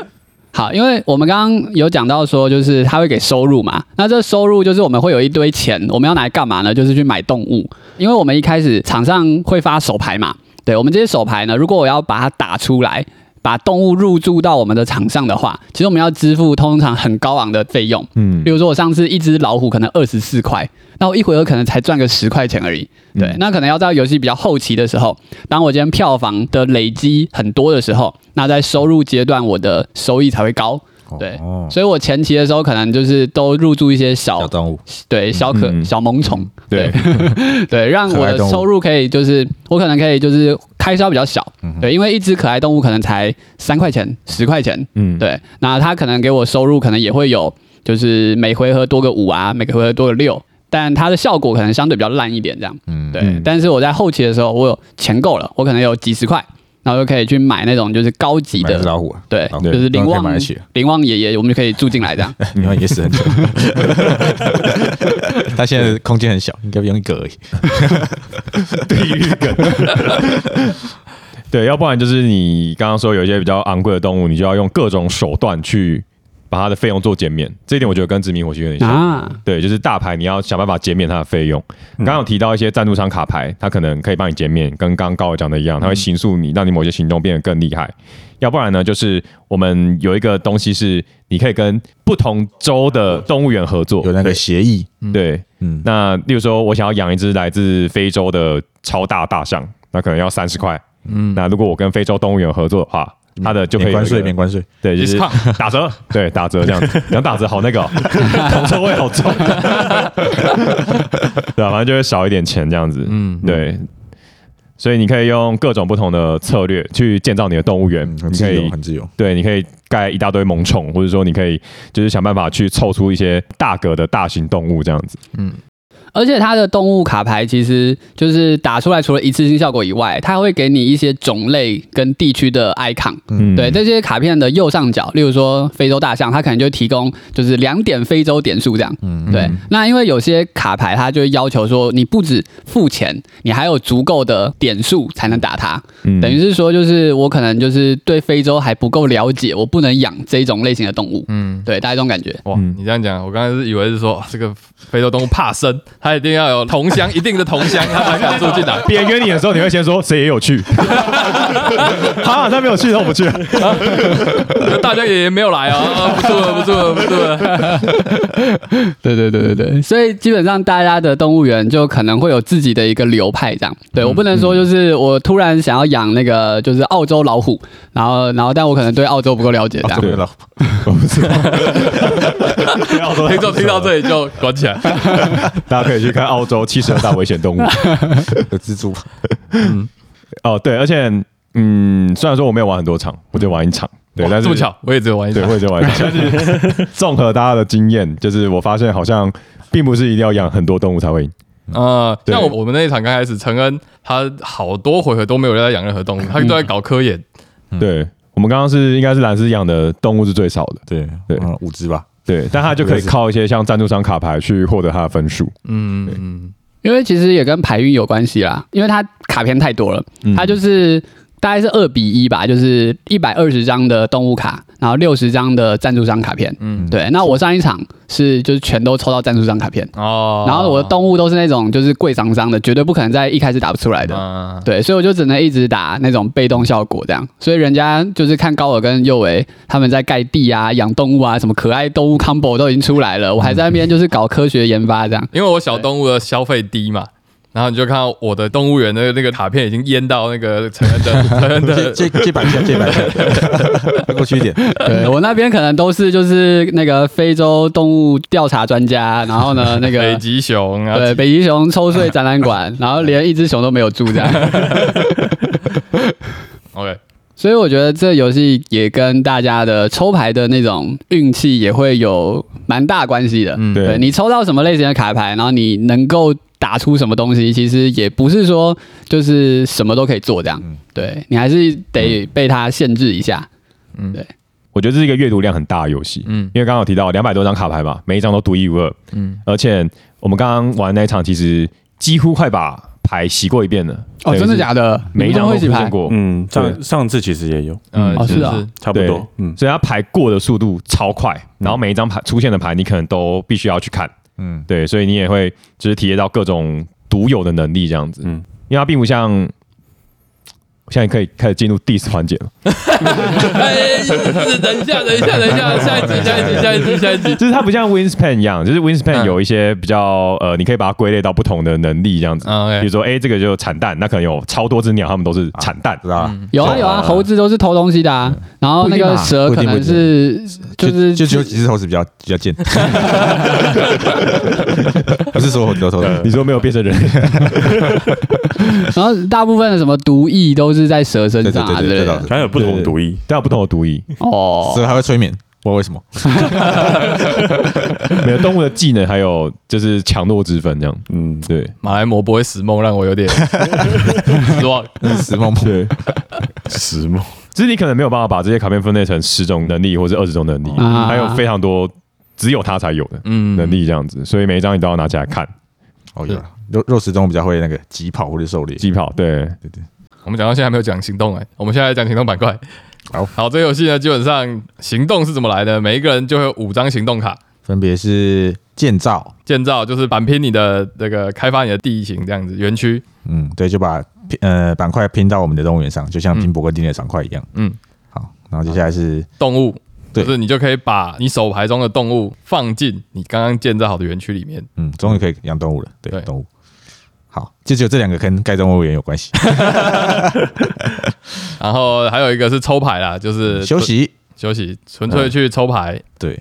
Speaker 6: 好，因为我们刚刚有讲到说，就是他会给收入嘛，那这收入就是我们会有一堆钱，我们要拿来干嘛呢？就是去买动物，因为我们一开始场上会发手牌嘛，对我们这些手牌呢，如果我要把它打出来，把动物入驻到我们的场上的话，其实我们要支付通常很高昂的费用，
Speaker 2: 嗯
Speaker 6: 例，如说，我上次一只老虎可能二十四块，那我一回合可能才赚个十块钱而已。对，那可能要到游戏比较后期的时候，当我今天票房的累积很多的时候，那在收入阶段我的收益才会高。对
Speaker 1: 哦，
Speaker 6: 所以我前期的时候可能就是都入驻一些小
Speaker 1: 小动物，
Speaker 6: 对小可、
Speaker 2: 嗯
Speaker 6: 小萌宠，
Speaker 2: 对，
Speaker 6: 对，让我
Speaker 1: 可
Speaker 6: 的
Speaker 1: 爱动物
Speaker 6: 收入可以就是我可能可以就是开销比较小，对，因为一只可爱动物可能才三块钱、十块钱，
Speaker 2: 嗯，
Speaker 6: 对，那他可能给我收入可能也会有，就是每回合多个五啊，每个回合多个六，但它的效果可能相对比较烂一点，这样。
Speaker 1: 嗯，
Speaker 6: 对，
Speaker 2: 嗯
Speaker 6: 但是我在后期的时候，我有钱够了，我可能有几十块，然后就可以去买那种就是高级
Speaker 1: 买的是
Speaker 6: 的，
Speaker 1: 老虎啊，
Speaker 6: 对，
Speaker 1: 老虎
Speaker 6: 就是
Speaker 1: 当然可
Speaker 6: 林
Speaker 1: 以
Speaker 6: 旺
Speaker 1: 买得起，
Speaker 6: 林旺爷爷，我们就可以住进来这样。
Speaker 1: 你看也死很久，它现在空间很小，应该不用一个而已。
Speaker 2: 对，要不然就是你刚刚说有一些比较昂贵的动物，你就要用各种手段去把它的费用做减免，这一点我觉得跟殖民火星有点像。
Speaker 6: 啊，
Speaker 2: 对，就是大牌你要想办法减免它的费用。
Speaker 1: 嗯
Speaker 2: 刚刚有提到一些赞助商卡牌，它可能可以帮你减免，跟刚刚高伟讲的一样，
Speaker 1: 嗯
Speaker 2: 它会形塑你，让你某些行动变得更厉害。要不然呢，就是我们有一个东西是你可以跟不同州的动物园合 作，
Speaker 1: 有那个
Speaker 2: 对
Speaker 1: 协议，
Speaker 2: 对。
Speaker 1: 嗯，
Speaker 2: 那例如说，我想要养一只来自非洲的超大大象，那可能要三十块。
Speaker 4: 嗯，
Speaker 2: 那如果我跟非洲动物园合作的话，它的就可
Speaker 1: 免
Speaker 2: 以
Speaker 1: 关
Speaker 2: 有一
Speaker 1: 税，
Speaker 2: 个
Speaker 1: 免关税，
Speaker 2: 对，就是
Speaker 4: Discount
Speaker 2: 打折，对，打折这样子，讲打折好那个、哦，同车位好重，对啊，反正就会少一点钱这样子，
Speaker 4: 嗯
Speaker 2: 嗯，对，所以你可以用各种不同的策略去建造你的动物园，
Speaker 1: 嗯，很
Speaker 2: 你可
Speaker 1: 自由，
Speaker 2: 以
Speaker 1: 很自由。
Speaker 2: 对，你可以盖一大堆萌宠，或者说你可以就是想办法去凑出一些大格的大型动物这样子，
Speaker 6: 而且它的动物卡牌其实就是打出来，除了一次性效果以外，它会给你一些种类跟地区的 icon。
Speaker 2: 嗯，
Speaker 6: 对，这些卡片的右上角，例如说非洲大象，它可能就提供就是两点非洲点数这样。
Speaker 1: 嗯
Speaker 6: 对。那因为有些卡牌它就会要求说，你不止付钱，你还有足够的点数才能打它。
Speaker 2: 嗯
Speaker 6: 等于是说，就是我可能就是对非洲还不够了解，我不能养这种类型的动物。
Speaker 4: 嗯，
Speaker 6: 对，大概这种感觉。
Speaker 4: 哇，
Speaker 2: 嗯
Speaker 4: 你这样讲，我刚才是以为是说啊这个非洲动物怕生， 它一定要有同乡，一 定的同乡，它才敢住进来。
Speaker 2: 别人约你的时候，你会先说谁也有去，啊，他没有去，那我不去了。
Speaker 4: 大家也没有来哦，啊不住了，不住了，不住了。
Speaker 6: 对对对对对，所以基本上大家的动物园就可能会有自己的一个流派这样。对我不能说就是我突然想要养那个就是澳洲老虎，然后然后但我可能对澳洲不够了解这样。
Speaker 1: 对了，
Speaker 4: 听众听到这里就关起来。
Speaker 2: 大家可以去看澳洲七十二大危险动物。
Speaker 1: 有蜘蛛，
Speaker 2: 哦，对，而且嗯，虽然说我没有玩很多场，我就玩一场，对，
Speaker 4: 哇
Speaker 2: 但是
Speaker 4: 这么，巧，我也只有玩一
Speaker 2: 对，
Speaker 4: 场
Speaker 2: 我。也就玩一 场。但是综合大家的经验，就是我发现好像并不是一定要养很多动物才会赢。
Speaker 4: 啊，
Speaker 2: 对
Speaker 4: 像我我们那一场刚开始，陈恩他好多回合都没有在养任何动物，他都在搞科研。
Speaker 2: 嗯
Speaker 6: 嗯
Speaker 2: 对我们刚刚是应该是蓝斯养的动物是最少的，
Speaker 1: 对
Speaker 2: 对
Speaker 1: 嗯五只吧，
Speaker 2: 对，但他就可以靠一些像赞助商卡牌去获得他的分数。
Speaker 4: 嗯嗯
Speaker 6: 因为其实也跟牌运有关系啦，因为它卡片太多了，
Speaker 4: 嗯
Speaker 6: 它就是大概是二比一吧，就是一百二十张的动物卡，然后六十张的赞助商卡片。
Speaker 4: 嗯，
Speaker 6: 对，那我上一场是就是全都抽到赞助商卡片，
Speaker 4: 哦，
Speaker 6: 然后我的动物都是那种就是贵脏脏的，绝对不可能在一开始打不出来的。
Speaker 4: 啊，
Speaker 6: 对，所以我就只能一直打那种被动效果这样。所以人家就是看高尔跟右维他们在盖地啊、养动物啊、什么可爱动物 combo 都已经出来了，我还在那边就是搞科学研发这样。
Speaker 4: 因为我小动物的消费低嘛，然后你就看到我的动物园的那个卡片已经淹到那个陈恩 的陈恩
Speaker 1: 借
Speaker 4: 的。
Speaker 1: 借借板一下，借板一 下，快过去一 点。
Speaker 6: 对我那边可能都是就是那个非洲动物调查专家，然后 呢那
Speaker 4: 北
Speaker 6: 个。
Speaker 4: 极熊啊，
Speaker 6: 对，北极熊抽税展览馆，然后连一只熊都没有住这样，
Speaker 4: ，OK，
Speaker 6: 所以我觉得这游戏也跟大家的抽牌的那种运气也会有蛮大关系的。
Speaker 4: 嗯，
Speaker 2: 对
Speaker 6: 对你抽到什么类型的卡牌，然后你能够打出什么东西，其实也不是说就是什么都可以做这样，对你还是得被它限制一下。
Speaker 2: 我觉得这是一个阅读量很大的游戏，
Speaker 4: 嗯
Speaker 2: 嗯，因为刚刚有提到两百多张卡牌嘛，每一张都独一无二，
Speaker 4: 嗯
Speaker 2: 嗯，而且我们刚刚玩那一场，其实几乎快把牌洗过一遍了，
Speaker 6: 哦，真的假
Speaker 2: 的？
Speaker 6: 的？
Speaker 2: 每一
Speaker 6: 你们
Speaker 2: 张
Speaker 6: 都
Speaker 2: 都
Speaker 6: 会一起
Speaker 2: 出现
Speaker 6: 排，
Speaker 2: 过，
Speaker 3: 嗯，上
Speaker 2: 对
Speaker 3: 上次其实也有，
Speaker 4: 嗯，
Speaker 6: 哦
Speaker 4: 是
Speaker 6: 是
Speaker 4: 不
Speaker 6: 啊
Speaker 4: 是，
Speaker 3: 差不
Speaker 2: 对
Speaker 3: 多，嗯，
Speaker 2: 所以它排过的速度超快，然后每一张牌出现的牌，你可能都必须要去看，
Speaker 1: 嗯，
Speaker 2: 对，所以你也会就是体验到各种独有的能力这样子，
Speaker 3: 嗯
Speaker 2: 嗯，因为它并不像，我现在可以开始进入 diss 环节了，
Speaker 4: 哎，是等一下，等一下，等一下，下一集，下一集，下一集，下一集，
Speaker 2: 就是它不像 Winspan 一样，就是 Winspan
Speaker 4: 嗯
Speaker 2: 有一些比较呃，你可以把它归类到不同的能力这样子，
Speaker 4: 嗯
Speaker 2: 比
Speaker 4: ，OK，
Speaker 2: 如说，哎、这个就产蛋，那可能有超多只鸟，它们都是产蛋。
Speaker 1: 知道吧？
Speaker 6: 有啊有
Speaker 1: 呃
Speaker 6: 啊，猴子都是偷东西的啊，然后那个蛇可能是就是
Speaker 1: 就只有几只猴子比较比较 贱，不是所有猴子都偷的。
Speaker 2: 你说没有变成人，
Speaker 6: 然后大部分的什么毒液都是在蛇身
Speaker 1: 对对
Speaker 6: 上啊
Speaker 1: 对
Speaker 6: 之
Speaker 1: 对，
Speaker 6: 类
Speaker 1: 这倒
Speaker 6: 的
Speaker 1: 是。
Speaker 3: 还有不同的毒液，
Speaker 2: 但有不同的毒液，
Speaker 6: 哦。
Speaker 1: 蛇还会催眠，不知道为什 么。
Speaker 2: 每个动物的技能还有就是强弱之分，这样
Speaker 3: 嗯，
Speaker 2: 对
Speaker 4: 马来貘不会食梦，让我有点失望。
Speaker 1: 石梦梦，
Speaker 2: 对，
Speaker 3: 石梦，
Speaker 2: 就是你可能没有办法把这些卡片分类成十种能力或者二十种能力，
Speaker 6: 啊
Speaker 2: 还有非常多只有它才有的
Speaker 4: 嗯，
Speaker 2: 能力这样子，所以每一张你都要拿起来看。
Speaker 1: 哦有了。肉肉食动物比较会那个疾跑或者狩猎，
Speaker 2: 机跑对，
Speaker 4: 欸我们讲到现在还没有讲行动哎、我们现在来讲行动板块。
Speaker 1: 好
Speaker 4: 好，这个游戏呢，基本上行动是怎么来的？每一个人就会有五张行动卡，
Speaker 1: 分别是建造，
Speaker 4: 建造就是板拼你的这个开发你的地形这样子，园区。
Speaker 1: 嗯，对，就把呃板块拼到我们的动物园上，就
Speaker 6: 嗯
Speaker 1: 像拼博格丁的板块一样。
Speaker 4: 嗯，
Speaker 1: 好，然后接下来是
Speaker 4: 动物，
Speaker 1: 对
Speaker 4: 就是你就可以把你手牌中的动物放进你刚刚建造好的园区里面。
Speaker 1: 嗯，终于可以养动物了，对，
Speaker 4: 对
Speaker 1: 动物。好，就只有这两个跟盖动物园有关系。
Speaker 4: 然后还有一个是抽牌啦，就 是
Speaker 1: 休息，
Speaker 4: 休息，纯粹去抽牌。
Speaker 1: 对，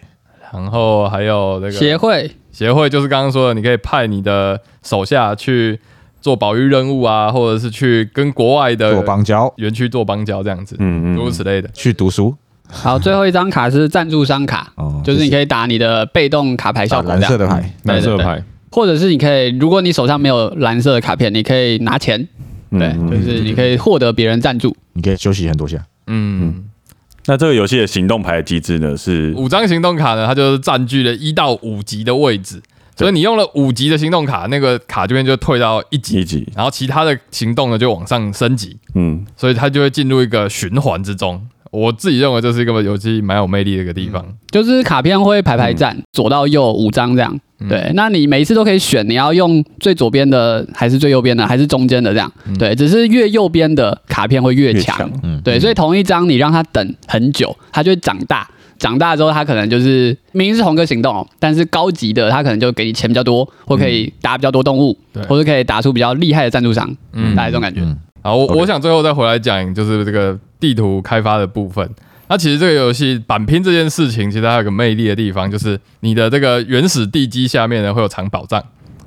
Speaker 4: 然后还有那
Speaker 6: 协
Speaker 4: 个
Speaker 6: 会
Speaker 4: 协会，就是刚刚说的，你可以派你的手下去做保育任务啊，或者是去跟国外
Speaker 1: 做
Speaker 4: 的
Speaker 1: 邦交，
Speaker 4: 园区做邦交这样子，
Speaker 3: 嗯
Speaker 4: 诸如此类的。
Speaker 1: 去读书，
Speaker 6: 好，最后一张卡是赞助 商卡，
Speaker 1: 哦
Speaker 6: 就是你可以打你的被动卡牌效
Speaker 1: 打
Speaker 6: 果
Speaker 1: 蓝
Speaker 6: 这样
Speaker 1: 色的牌，
Speaker 2: 蓝色
Speaker 6: 对对对
Speaker 2: 牌，
Speaker 6: 或者是你可以，如果你手上没有蓝色的卡片，你可以拿钱，
Speaker 3: 嗯
Speaker 6: 对，
Speaker 1: 嗯
Speaker 6: 就是你可以获得别人赞助。
Speaker 1: 你可以休息很多下。
Speaker 4: 嗯，
Speaker 3: 那这个游戏的行动牌机制呢是
Speaker 4: 五张行动卡呢，它就是占据了一到五级的位置，所以你用了五级的行动卡，那个卡这边就退到一级，
Speaker 3: 一级，
Speaker 4: 然后其他的行动呢就往上升级，
Speaker 3: 嗯，
Speaker 4: 所以它就会进入一个循环之中。我自己认为这是一个游戏蛮有魅力的一个地方。
Speaker 6: 就是卡片会排排站，左到右五张这样。对，那你每一次都可以选，你要用最左边的，还是最右边的，还是中间的这样。对，只是越右边的卡片会越
Speaker 3: 越
Speaker 6: 强
Speaker 3: 强。
Speaker 1: 嗯，
Speaker 6: 对，所以同一张你让它等很久，它就会长大。长大之后，它可能就是明明是同个行动哦，但是高级的它可能就给你钱比较多，或可以打比较多动物，
Speaker 4: 对
Speaker 6: 或者可以打出比较厉害的赞助商，
Speaker 4: 嗯
Speaker 6: 大哎概这种感觉。
Speaker 1: 嗯
Speaker 4: 好，我
Speaker 1: OK
Speaker 4: 我想最后再回来讲，就是这个地图开发的部分。那其实这个游戏板拼这件事情，其实它有个魅力的地方，就是你的这个原始地基下面呢会有藏宝藏，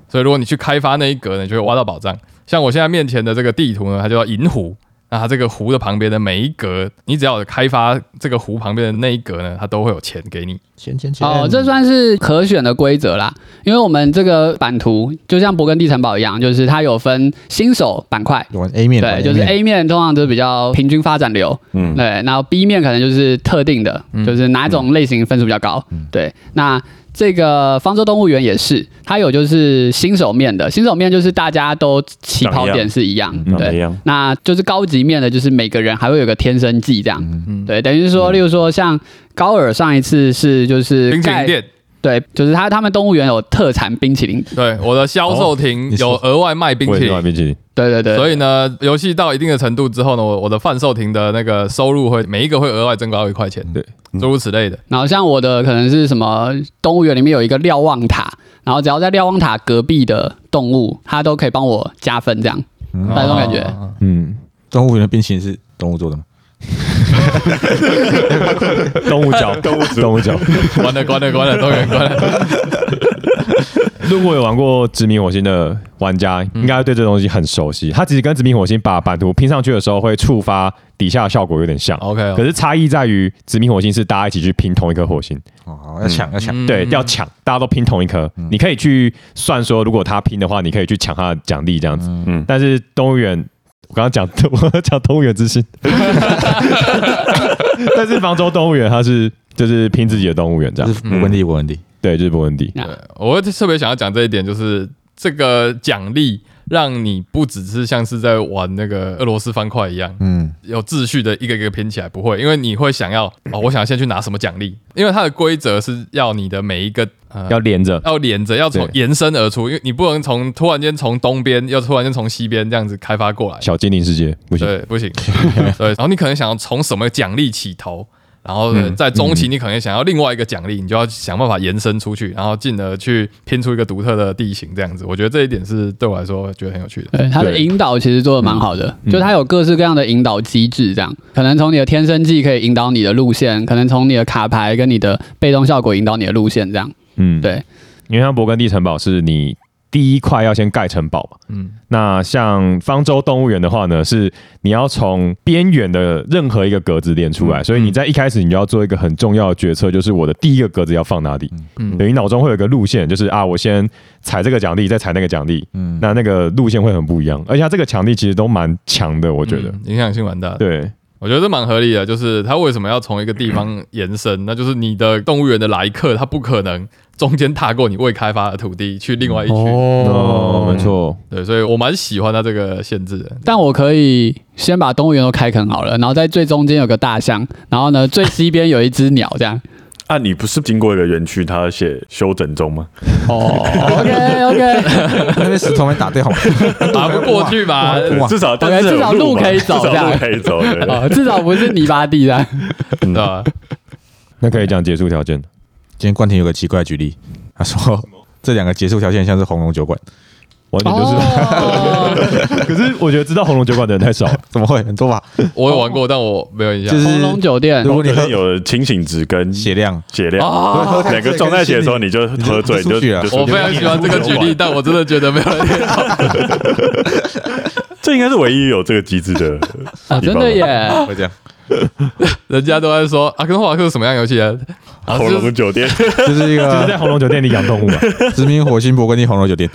Speaker 4: 所以如果你去开发那一格呢，你就会挖到宝藏。像我现在面前的这个地图呢，它叫银湖。那它这个湖的旁边的每一格，你只要有开发这个湖旁边的那一格呢，它都会有钱给你。
Speaker 1: 钱钱钱
Speaker 6: 哦，这算是可选的规则啦，因为我们这个版图就像勃艮第城堡一样，就是它有分新手板块，
Speaker 1: 玩 A 面，玩
Speaker 6: 对，就是
Speaker 1: A，
Speaker 6: A 面通常都是比较平均发展流，
Speaker 3: 嗯
Speaker 6: 对，然后 B 面可能就是特定的，就是哪种类型分数比较高，对，那。这个方舟动物园也是，它有就是新手面的，新手面就是大家都起跑点是一样，
Speaker 3: 长
Speaker 6: 对
Speaker 3: 得一，样，
Speaker 6: 那就是高级面的，就是每个人还会有个天生技这样，对，等于是说，例如说像高尔上一次是就是
Speaker 4: 冰淇
Speaker 6: 盖
Speaker 4: 淋店，
Speaker 6: 对，就是他他们动物园有特产冰淇淋，
Speaker 4: 对，我的销售
Speaker 1: 哦
Speaker 4: 亭
Speaker 1: 你是
Speaker 4: 有额外卖冰
Speaker 2: 我
Speaker 4: 淇
Speaker 2: 也是
Speaker 4: 淋
Speaker 2: 玩，冰淇淋，
Speaker 6: 对对对，
Speaker 4: 所以呢，游戏到一定的程度之后呢，我我的贩售亭的那个收入会每一个会额外增高一块钱，
Speaker 2: 对，
Speaker 4: 诸如此类的。
Speaker 6: 然后像我的可能是什么动物园里面有一个瞭望塔，然后只要在瞭望塔隔壁的动物，它都可以帮我加分这样，
Speaker 1: 嗯
Speaker 6: 那种感觉
Speaker 4: 哦
Speaker 2: 嗯，
Speaker 1: 动物园的冰淇淋是动物做的吗？
Speaker 2: 动物角， 动物动物角。
Speaker 4: 关了关了关了，动物园关了。
Speaker 2: 如果有玩过《殖民火星》的玩家，应该对这东西很熟悉。它其实跟《殖民火星》把版图拼上去的时候，会触发底下的效果有点像。
Speaker 4: OK，
Speaker 2: 可是差异在于，《殖民火星》是大家一起去拼同一颗火星，
Speaker 1: 哦，要抢要抢，
Speaker 4: 嗯
Speaker 2: 对，要抢，大家都拼同一颗。你可以去算说，如果他拼的话，你可以去抢他的奖励这样子。
Speaker 3: 嗯
Speaker 2: 但是动物园，我刚刚讲， 我刚讲动物园之星，但是方舟动物园它是就是拼自己的动物园这
Speaker 1: 这
Speaker 2: 样，
Speaker 1: 是勃艮第勃艮第，
Speaker 2: 对，就是勃艮第。
Speaker 4: 对，我会特别想要讲这一点，就是这个奖励让你不只是像是在玩那个俄罗斯方块一样，
Speaker 1: 嗯，
Speaker 4: 有秩序的一个一个拼起来，不会，因为你会想要哦，我想要先去拿什么奖励，因为它的规则是要你的每一个呃
Speaker 2: 要连着，
Speaker 4: 要连着，要从
Speaker 2: 对
Speaker 4: 延伸而出，因为你不能从突然间从东边，又突然间从西边这样子开发过来，
Speaker 2: 小精灵世界不行，
Speaker 4: 对，不 行，对。然后你可能想要从什么奖励起头，然后呢在中
Speaker 2: 嗯
Speaker 4: 期你可能想要另外一个奖励，你就要想办法延伸出去，然后进而去拼出一个独特的地形，这样子。我觉得这一点是对我来说觉得很有趣的。
Speaker 6: 对，它的
Speaker 2: 对
Speaker 6: 引导其实做的蛮好的，就它有各式各样的引导机制，这样可能从你的天生技可以引导你的路线，可能从你的卡牌跟你的被动效果引导你的路线，这样
Speaker 2: 嗯，
Speaker 6: 对，
Speaker 2: 因为像勃艮第城堡是你第一块要先盖城堡嘛，
Speaker 4: 嗯，
Speaker 2: 那像方舟动物园的话呢，是你要从边缘的任何一个格子连出来，所以你在一开始你就要做一个很重要的决策，就是我的第一个格子要放哪里。
Speaker 4: 嗯
Speaker 2: 等于脑中会有一个路线，就是啊，我先踩这个奖励，再踩那个奖励，
Speaker 1: 嗯
Speaker 4: 嗯
Speaker 2: 那那个路线会很不一样。而且它这个奖励其实都蛮强的，我觉得。
Speaker 4: 嗯影响性蛮大的。
Speaker 2: 对，
Speaker 4: 我我觉得这蛮合理的，就是它为什么要从一个地方延伸？那就是你的动物园的来客，他不可能中间踏过你未开发的土地去另外一区。
Speaker 2: 哦，没错，
Speaker 4: 对，所以我蛮喜欢它这个限制的。
Speaker 6: 但我可以先把动物园都开垦好了，然后在最中间有个大象，然后呢最西边有一只鸟，这样。
Speaker 3: 啊，你不是经过一个园区，它写休整中吗？
Speaker 6: 哦，OK OK，
Speaker 1: 那边石头没打掉，
Speaker 4: 打不过去嘛
Speaker 1: 哇
Speaker 4: 对
Speaker 1: 哇
Speaker 3: 至少但
Speaker 6: OK，
Speaker 3: 是
Speaker 6: 哦至少
Speaker 3: 有
Speaker 6: 路
Speaker 3: 嘛
Speaker 6: 可以走
Speaker 3: 至
Speaker 6: 这
Speaker 3: 少路
Speaker 6: 样
Speaker 3: 可以走。对
Speaker 6: 哦，至少不是泥巴地啊。
Speaker 4: 对吧？
Speaker 2: 那可以讲结束条件。
Speaker 1: 今天冠廷有个奇怪的举例，他说这两个结束条件像是红龙酒馆，
Speaker 2: 完全就是，
Speaker 6: 哦，
Speaker 2: 可是我觉得知道红龙酒馆的人太少了，
Speaker 1: 怎么会很多吧？
Speaker 4: 我有玩过，但我没有印象
Speaker 1: 就。是
Speaker 6: 哎红龙酒店
Speaker 1: 如果你
Speaker 3: 可
Speaker 1: 喝
Speaker 3: 能有清醒值跟
Speaker 1: 血量，
Speaker 3: 血
Speaker 6: 哦
Speaker 3: 量，
Speaker 1: 喝太
Speaker 3: 两个
Speaker 1: 醉
Speaker 3: 撞在一起的时候
Speaker 1: 跟
Speaker 3: 你就喝醉，
Speaker 1: 你
Speaker 3: 你
Speaker 1: 就
Speaker 3: 就
Speaker 6: 啊
Speaker 1: 出去了
Speaker 3: 就
Speaker 4: 我非常喜欢这个举例，但我真的觉得没有人听懂。
Speaker 3: 这应该是唯一有这个机制的
Speaker 6: 啊，真 的耶。
Speaker 1: 会这样，
Speaker 4: 人家都在说阿根华克是什么样的游戏啊？啊，
Speaker 3: 红
Speaker 4: 就是
Speaker 3: 龙酒 店。
Speaker 1: 就是一
Speaker 2: 就是在
Speaker 1: 个
Speaker 2: 红龙酒店里养动物嘛。
Speaker 1: 殖民火星勃艮第红龙酒店，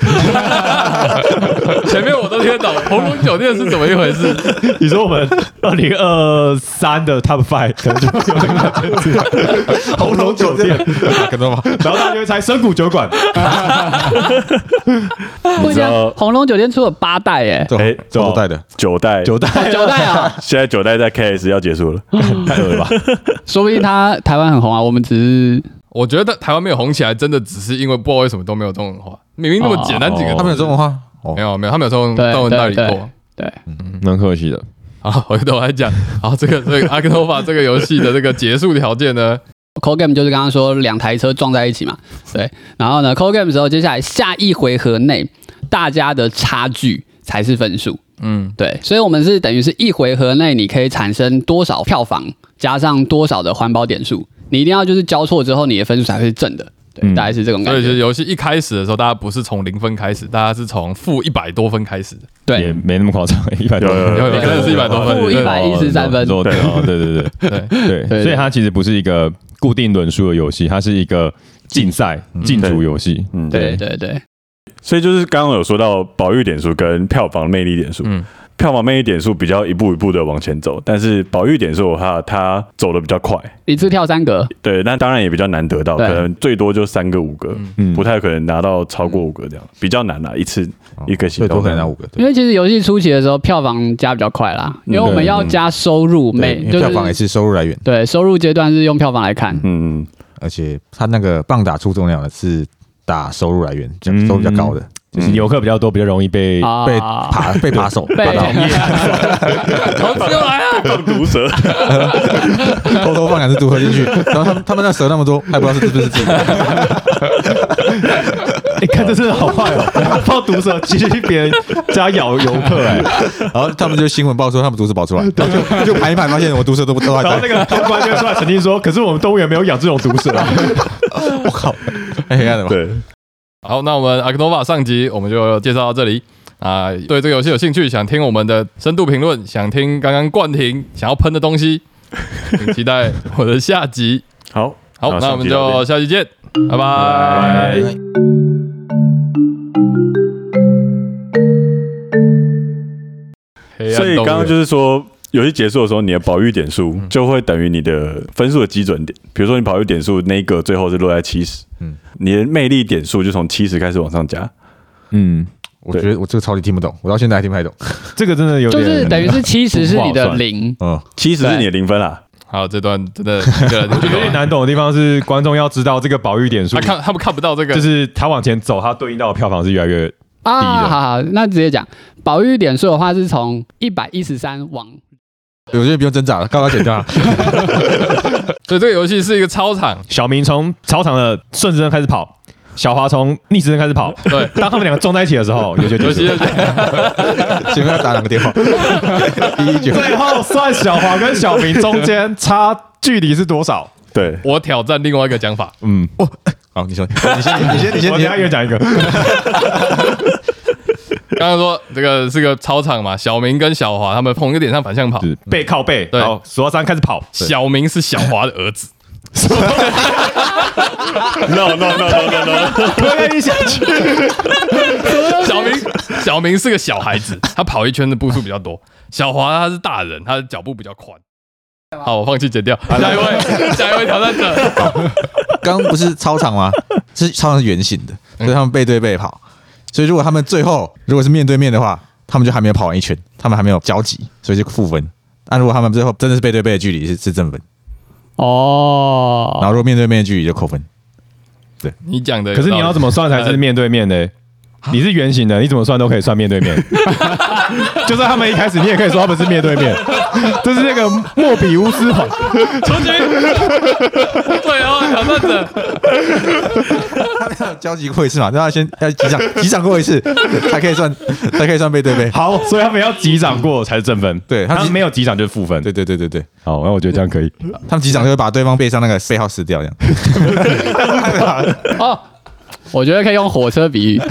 Speaker 4: 前面我都听得懂，红龙酒店是怎么一回事？
Speaker 2: 你说我们二零二三的 Top Five 可能就有这个名字红龙酒店，
Speaker 1: 看到吗？
Speaker 2: 然后大家就会猜深谷酒馆。
Speaker 6: 不像红龙酒店出了八代耶，
Speaker 1: 这
Speaker 3: 哎
Speaker 1: 这我带的，
Speaker 3: 九代，
Speaker 2: 九代
Speaker 6: 九 代啊，
Speaker 3: 现在九代在 KS 要结束了，太恶了吧？
Speaker 6: 说不定它台湾很红啊，我们只是
Speaker 4: 我觉得台湾没有红起来，真的只是因为不知道为什么都没有中文化。明明那么简单几个
Speaker 2: 哦
Speaker 1: 他们有中文话哦
Speaker 4: 没，有没有，他们有中
Speaker 6: 对
Speaker 4: 中文代理
Speaker 6: 对
Speaker 4: 过
Speaker 6: 对。对
Speaker 2: 蛮可惜的。
Speaker 4: 啊，回头来讲，啊，这个这个阿克诺法这个游戏的这个结束条件呢，
Speaker 6: Call Game 就是刚刚说两台车撞在一起嘛，对。然后呢，Call Game 的时候，接下来下一回合内大家的差距才是分数，
Speaker 4: 嗯，
Speaker 6: 对。所以我们是等于是一回合内你可以产生多少票房，加上多少的环保点数，你一定要就是交错之后你的分数才会是正的，对，
Speaker 2: 嗯
Speaker 6: 大概是这种
Speaker 4: 所
Speaker 6: 感
Speaker 4: 以就是
Speaker 6: 觉。
Speaker 4: 游戏一开始的时候，大家不是从零分开始，大家是从负一百多分开始的，
Speaker 2: 也
Speaker 6: 对，
Speaker 2: 没那么夸张，一百多
Speaker 3: 有有有
Speaker 4: 有有可能是一百多分，
Speaker 6: 负
Speaker 4: 对
Speaker 6: 113分
Speaker 2: 对哦对对对
Speaker 4: 对，
Speaker 2: 对
Speaker 6: 对
Speaker 2: 对，所以它其实不是一个固定轮数的游戏，它是一个竞赛竞逐游戏。
Speaker 3: 嗯，
Speaker 6: 对对对，
Speaker 3: 所以就是刚刚有说到保育点数跟票房魅力点数，
Speaker 4: 嗯
Speaker 3: 票房魅力点数比较一步一步的往前走，但是保育点数的话，它走的比较快，
Speaker 6: 一次跳三格，
Speaker 3: 对，那当然也比较难得到，
Speaker 6: 对
Speaker 3: 可能最多就三个五个，
Speaker 4: 嗯
Speaker 2: 嗯
Speaker 3: 不太可能拿到超过五个这样，比较难啦，啊一次一个行
Speaker 1: 最
Speaker 3: 动
Speaker 1: 多可能啊拿五个，
Speaker 6: 因
Speaker 1: 对，
Speaker 6: 为其实游戏初期的时候票房加比较快啦，因为我们要加收入，
Speaker 1: 对
Speaker 6: 每
Speaker 1: 因为
Speaker 6: 就是
Speaker 1: 票房也是收入来源，
Speaker 6: 对收入阶段是用票房来看，
Speaker 3: 嗯，
Speaker 1: 而且他那个棒打出重量的是打收入来源，这样收入比较高的，
Speaker 2: 就是游客比较多，比较容易被
Speaker 6: 啊
Speaker 1: 被扒被扒 手
Speaker 6: 被
Speaker 1: 扒到，
Speaker 4: 猴子又来 了，
Speaker 3: 中毒蛇，
Speaker 1: 偷偷放两只毒喝进去，然后他们他们那蛇那么多，还不知道是不是自己的，
Speaker 2: 你看这真的好坏哦，放毒蛇其实别人家咬游客哎，
Speaker 1: 然后他们就新闻报说他们毒蛇跑出来，然后就就盘一盘发现我毒蛇都不都还
Speaker 2: 然后
Speaker 1: 在
Speaker 2: 那，个公关就出来澄清说，可是我们动物园没有养这种毒蛇。
Speaker 1: 我靠，太黑暗了吧？
Speaker 3: 对，
Speaker 4: 好，那我们阿克诺瓦上集我们就介绍到这里啊、对这个游戏有兴趣，想听我们的深度评论，想听刚刚冠廷想要喷的东 西，请期待我的下集。
Speaker 3: 好，
Speaker 4: 好，那我们就下期见，拜拜
Speaker 3: 拜。
Speaker 4: 黑暗
Speaker 1: 哎
Speaker 3: 所以
Speaker 4: 动物
Speaker 3: 刚刚
Speaker 4: 园
Speaker 3: 就是说，游戏结束的时候，你的保育点数
Speaker 1: 嗯
Speaker 3: 就会等于你的分数的基准点。比如说，你保育点数那一个最后是落在七十，嗯
Speaker 1: 嗯，你
Speaker 3: 你的魅力点数就从七十开始往上加。
Speaker 2: 嗯，
Speaker 1: 我觉得我这个超级听不懂，我到现在还听不太懂。
Speaker 2: 这个真的有
Speaker 6: 就
Speaker 2: 点，
Speaker 6: 是等于是七十是你
Speaker 2: 不好
Speaker 6: 的
Speaker 2: 算
Speaker 6: 零，
Speaker 1: 嗯，
Speaker 3: 七十是你的零分啊啦，
Speaker 4: 好，这段真的一个人 就
Speaker 2: 有点难懂的地方是，观众要知道这个保育点数
Speaker 4: 他，看他们看不到这个，
Speaker 2: 就是他往前走，它对应到的票房是越来越嗯低
Speaker 6: 啊，
Speaker 2: 的
Speaker 6: 好好，那直接讲，保育点数的话是从一百一十三往，
Speaker 1: 我觉得不用挣扎了，刚刚剪 掉了。啊
Speaker 4: 所以这个游戏是一个操场，
Speaker 2: 小明从操场的顺时针开始跑，小华从逆时针开始跑。
Speaker 4: 对，
Speaker 2: 当他们两个撞在一起的时候，有些
Speaker 4: 游
Speaker 2: 就
Speaker 4: 戏
Speaker 2: 是
Speaker 4: 就是
Speaker 1: 请问要打哪个电 话？一一九。
Speaker 2: 最后算小华跟小明中间差距离是多少？
Speaker 3: 对，
Speaker 4: 我挑战另外一个讲法，
Speaker 2: 嗯，
Speaker 1: 好，你说，你先，你先，你先，
Speaker 2: 我
Speaker 1: 你
Speaker 2: 等一下
Speaker 1: 先。
Speaker 2: 又讲一个，
Speaker 4: 刚刚说这个是个操场嘛，小明跟小华他们同一个点上反向跑，
Speaker 2: 是背靠背，
Speaker 4: 对
Speaker 2: 然后数到三开始跑。
Speaker 4: 小明是小华的 儿子，
Speaker 3: no no no no no no，
Speaker 2: 推一下去，
Speaker 4: 小明小明是个小孩子，他跑一圈的步数比较多，小华他是大人，他的脚步比较宽。好，我放弃剪掉。下一位，下一位挑战者，
Speaker 1: 刚刚不是操场吗？是操场是圆形的，
Speaker 2: 嗯
Speaker 1: 所以他们背对背跑。所以如果他们最后如果是面对面的话，他们就还没有跑完一圈，他们还没有交集，所以就负分。但如果他们最后真的是背对背的距离是是正分，然
Speaker 6: 哦，
Speaker 1: 后如果面对面的距离就扣分。
Speaker 4: 你讲的
Speaker 2: 可
Speaker 4: 有道理，啊
Speaker 2: 是你要怎么算才是面对面的？你是圆形的，你怎么算都可以算面对 面。就算他们一开始，你也可以说他们是面对面，这是那个莫比乌斯环。
Speaker 4: 出 去？最后挑战者，
Speaker 1: 他们要交集过一次嘛，让他先要击 掌击掌过一次，才可以算才可以算背对背。
Speaker 2: 好，所以他们要击掌过才是正分。
Speaker 1: 对他
Speaker 2: 他
Speaker 1: 们
Speaker 2: 们没有击掌就是负分。
Speaker 1: 对对对对对，
Speaker 2: 好，那我觉得这样可以。
Speaker 1: 他们击掌就会把对方背上那个背号撕掉，这样。
Speaker 6: 哦，我觉得可以用火车比喻。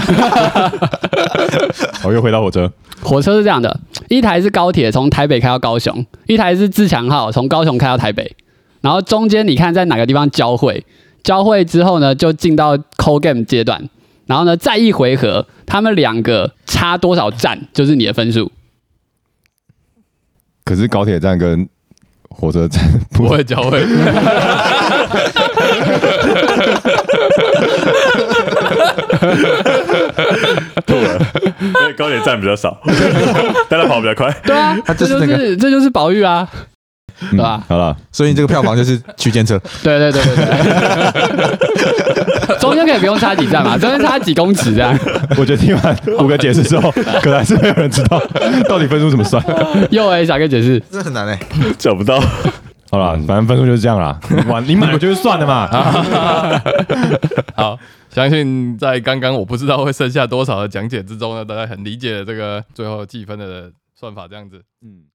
Speaker 2: 我又回到火车，
Speaker 6: 火车是这样的，一台是高铁从台北开到高雄，一台是自强号从高雄开到台北，然后中间你看在哪个地方交汇，交汇之后呢就进到 call game 阶段，然后呢再一回合，他们两个差多少站就是你的分数。
Speaker 2: 可是高铁站跟火车站
Speaker 4: 不会交会。
Speaker 3: 因为高铁站比较少， 但他跑比较快。
Speaker 6: 对 啊，
Speaker 1: 他
Speaker 6: 这
Speaker 1: 就是那
Speaker 6: 就
Speaker 1: 个
Speaker 6: 是这就是宝玉啊，对
Speaker 4: 啊
Speaker 2: 嗯
Speaker 6: 吧？
Speaker 2: 好了，
Speaker 1: 所以你这个票房就是区间车，
Speaker 6: 对对对对 对，中间可以不用差几站嘛，中间差几公尺这样，
Speaker 2: 我觉得听完五个解释之后，可能还是没有人知道到底分数怎么算。
Speaker 6: 又哎小哥解释，
Speaker 1: 这很难哎、
Speaker 3: 找不到，
Speaker 2: 好了，反正分数就是这样啦。你玩你买了就是算的
Speaker 4: 啊
Speaker 2: 嘛。
Speaker 4: 好，相信在刚刚我不知道会剩下多少的讲解之中呢，大家很理解这个最后计分的算法这样子。
Speaker 2: 嗯。